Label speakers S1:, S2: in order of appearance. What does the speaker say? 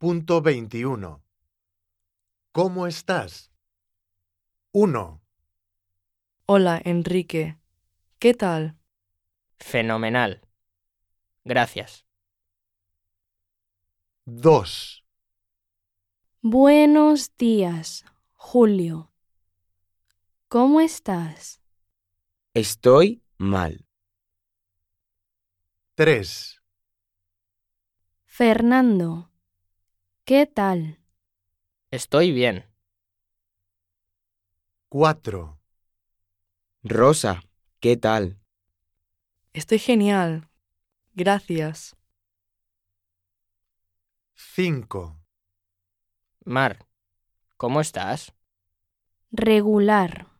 S1: 1.21 ¿Cómo estás? 1,
S2: Hola, Enrique. ¿Qué tal?
S3: Fenomenal. Gracias.
S1: 2,
S4: Buenos días, Julio. ¿Cómo estás?
S5: Estoy mal.
S1: 3,
S4: Fernando. ¿Qué tal?
S3: Estoy bien.
S1: 4,
S5: Rosa, ¿qué tal?
S2: Estoy genial. Gracias.
S1: 5,
S3: Mar, ¿cómo estás?
S4: Regular.